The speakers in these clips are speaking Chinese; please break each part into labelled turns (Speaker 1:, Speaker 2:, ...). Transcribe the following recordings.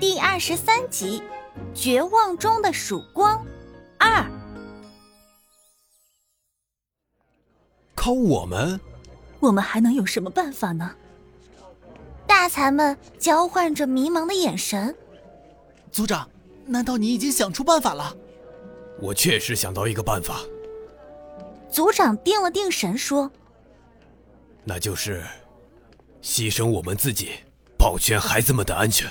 Speaker 1: 第二十三集《绝望中的曙光》二。
Speaker 2: 靠我们？
Speaker 1: 我们还能有什么办法呢？大蚕们交换着迷茫的眼神。
Speaker 3: 族长，难道你已经想出办法了？
Speaker 2: 我确实想到一个办法，
Speaker 1: 族长定了定神说
Speaker 2: 那就是牺牲我们自己，保全孩子们的安全。：“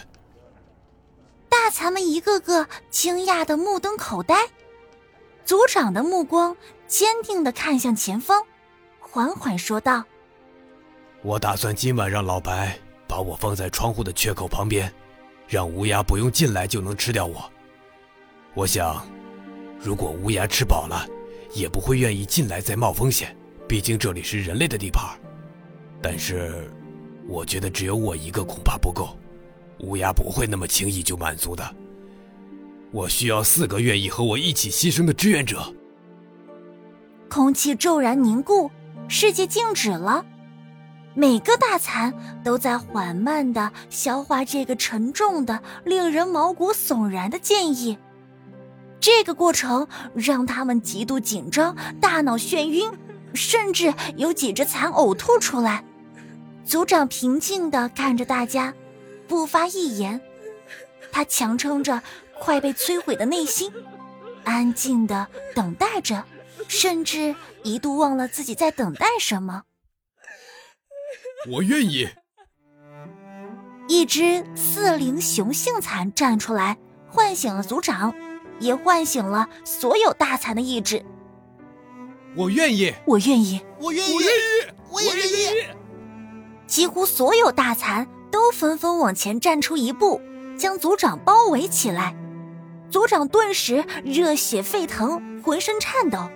Speaker 1: 大蚕们一个个惊讶的目瞪口呆。”族长的目光坚定的看向前方，缓缓说道
Speaker 2: 我打算今晚让老白把我放在窗户的缺口旁边，让乌鸦不用进来就能吃掉我。我想，如果乌鸦吃饱了，也不会愿意进来再冒风险，毕竟这里是人类的地盘。但是，我觉得只有我一个恐怕不够，乌鸦不会那么轻易就满足的。我需要四个愿意和我一起牺牲的志愿者。：“
Speaker 1: 空气骤然凝固，世界静止了。”每个大蚕都在缓慢的消化这个沉重的、令人毛骨悚然的建议。这个过程让他们极度紧张，大脑眩晕，甚至有几只蚕呕吐出来。组长平静地看着大家，不发一言。他强撑着快被摧毁的内心，安静地等待着，甚至一度忘了自己在等待什么。
Speaker 2: 我愿意。
Speaker 1: 一只四灵雄性蚕站出来，唤醒了族长，也唤醒了所有大蚕的意志。
Speaker 2: 我愿意。
Speaker 1: 我愿意。
Speaker 3: 我愿
Speaker 2: 我愿意。
Speaker 3: 我也愿意。
Speaker 2: 意。
Speaker 1: 几乎所有大蚕都纷纷往前站出一步，将族长包围起来。族长顿时热血沸腾，浑身颤抖。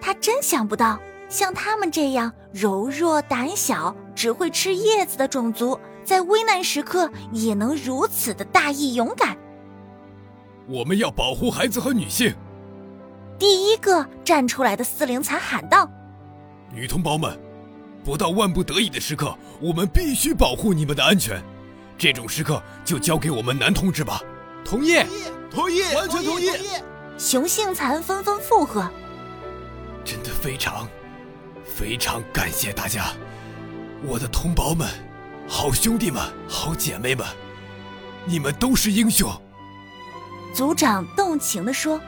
Speaker 1: 他真想不到，像他们这样柔弱胆小、只会吃叶子的种族，在危难时刻也能如此的大义勇敢。
Speaker 2: 我们要保护孩子和女性。
Speaker 1: 第一个站出来的四灵蚕喊道。
Speaker 2: 女同胞们，不到万不得已的时刻，我们必须保护你们的安全。这种时刻就交给我们男同志吧。同意，同意，完全同意。
Speaker 1: 雄性蚕纷纷附和，
Speaker 2: 真的非常，非常感谢大家，我的同胞们，好兄弟们，好姐妹们，你们都是英雄。
Speaker 1: 组长动情地说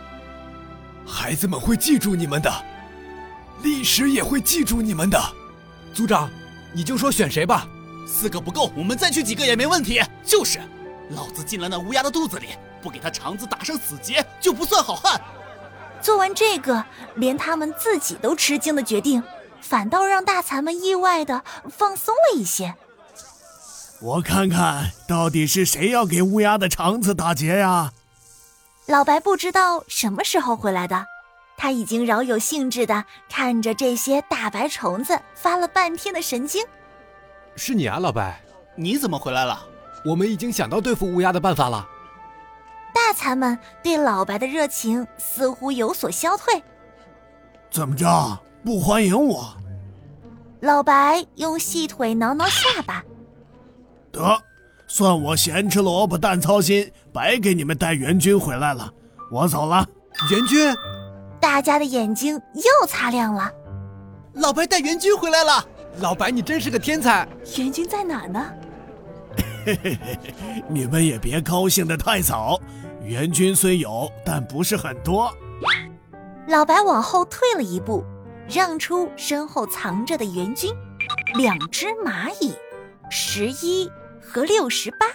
Speaker 2: 孩子们会记住你们的，历史也会记住你们的。组长，你就说选谁吧。
Speaker 3: 四个不够，我们再去几个也没问题。就是，老子进了那乌鸦的肚子里，不给他肠子打上死结，就不算好汉。：“
Speaker 1: 做完这个，连他们自己都吃惊的决定，反倒让大蚕们意外的放松了一些。
Speaker 4: 我看看到底是谁要给乌鸦的肠子打结呀、”
Speaker 1: 老白不知道什么时候回来的，他已经饶有兴致的看着这些大白虫子发了半天的神经。
Speaker 2: 是你啊，老白。
Speaker 3: 你怎么回来了？
Speaker 2: 我们已经想到对付乌鸦的办法了。
Speaker 1: 大蚕们对老白的热情似乎有所消退，
Speaker 4: 怎么着？不欢迎我？
Speaker 1: 老白用细腿挠挠下巴。
Speaker 4: 得，算我咸吃萝卜淡操心，白给你们带援军回来了。我走了。
Speaker 2: 援军，
Speaker 1: 大家的眼睛又擦亮了。
Speaker 3: 老白带援军回来了。
Speaker 2: 老白你真是个天才。
Speaker 1: 援军在哪儿呢？
Speaker 4: 你们也别高兴得太早，援军虽有，但不是很多。
Speaker 1: 老白往后退了一步，让出身后藏着的援军，两只蚂蚁，十一和六十八。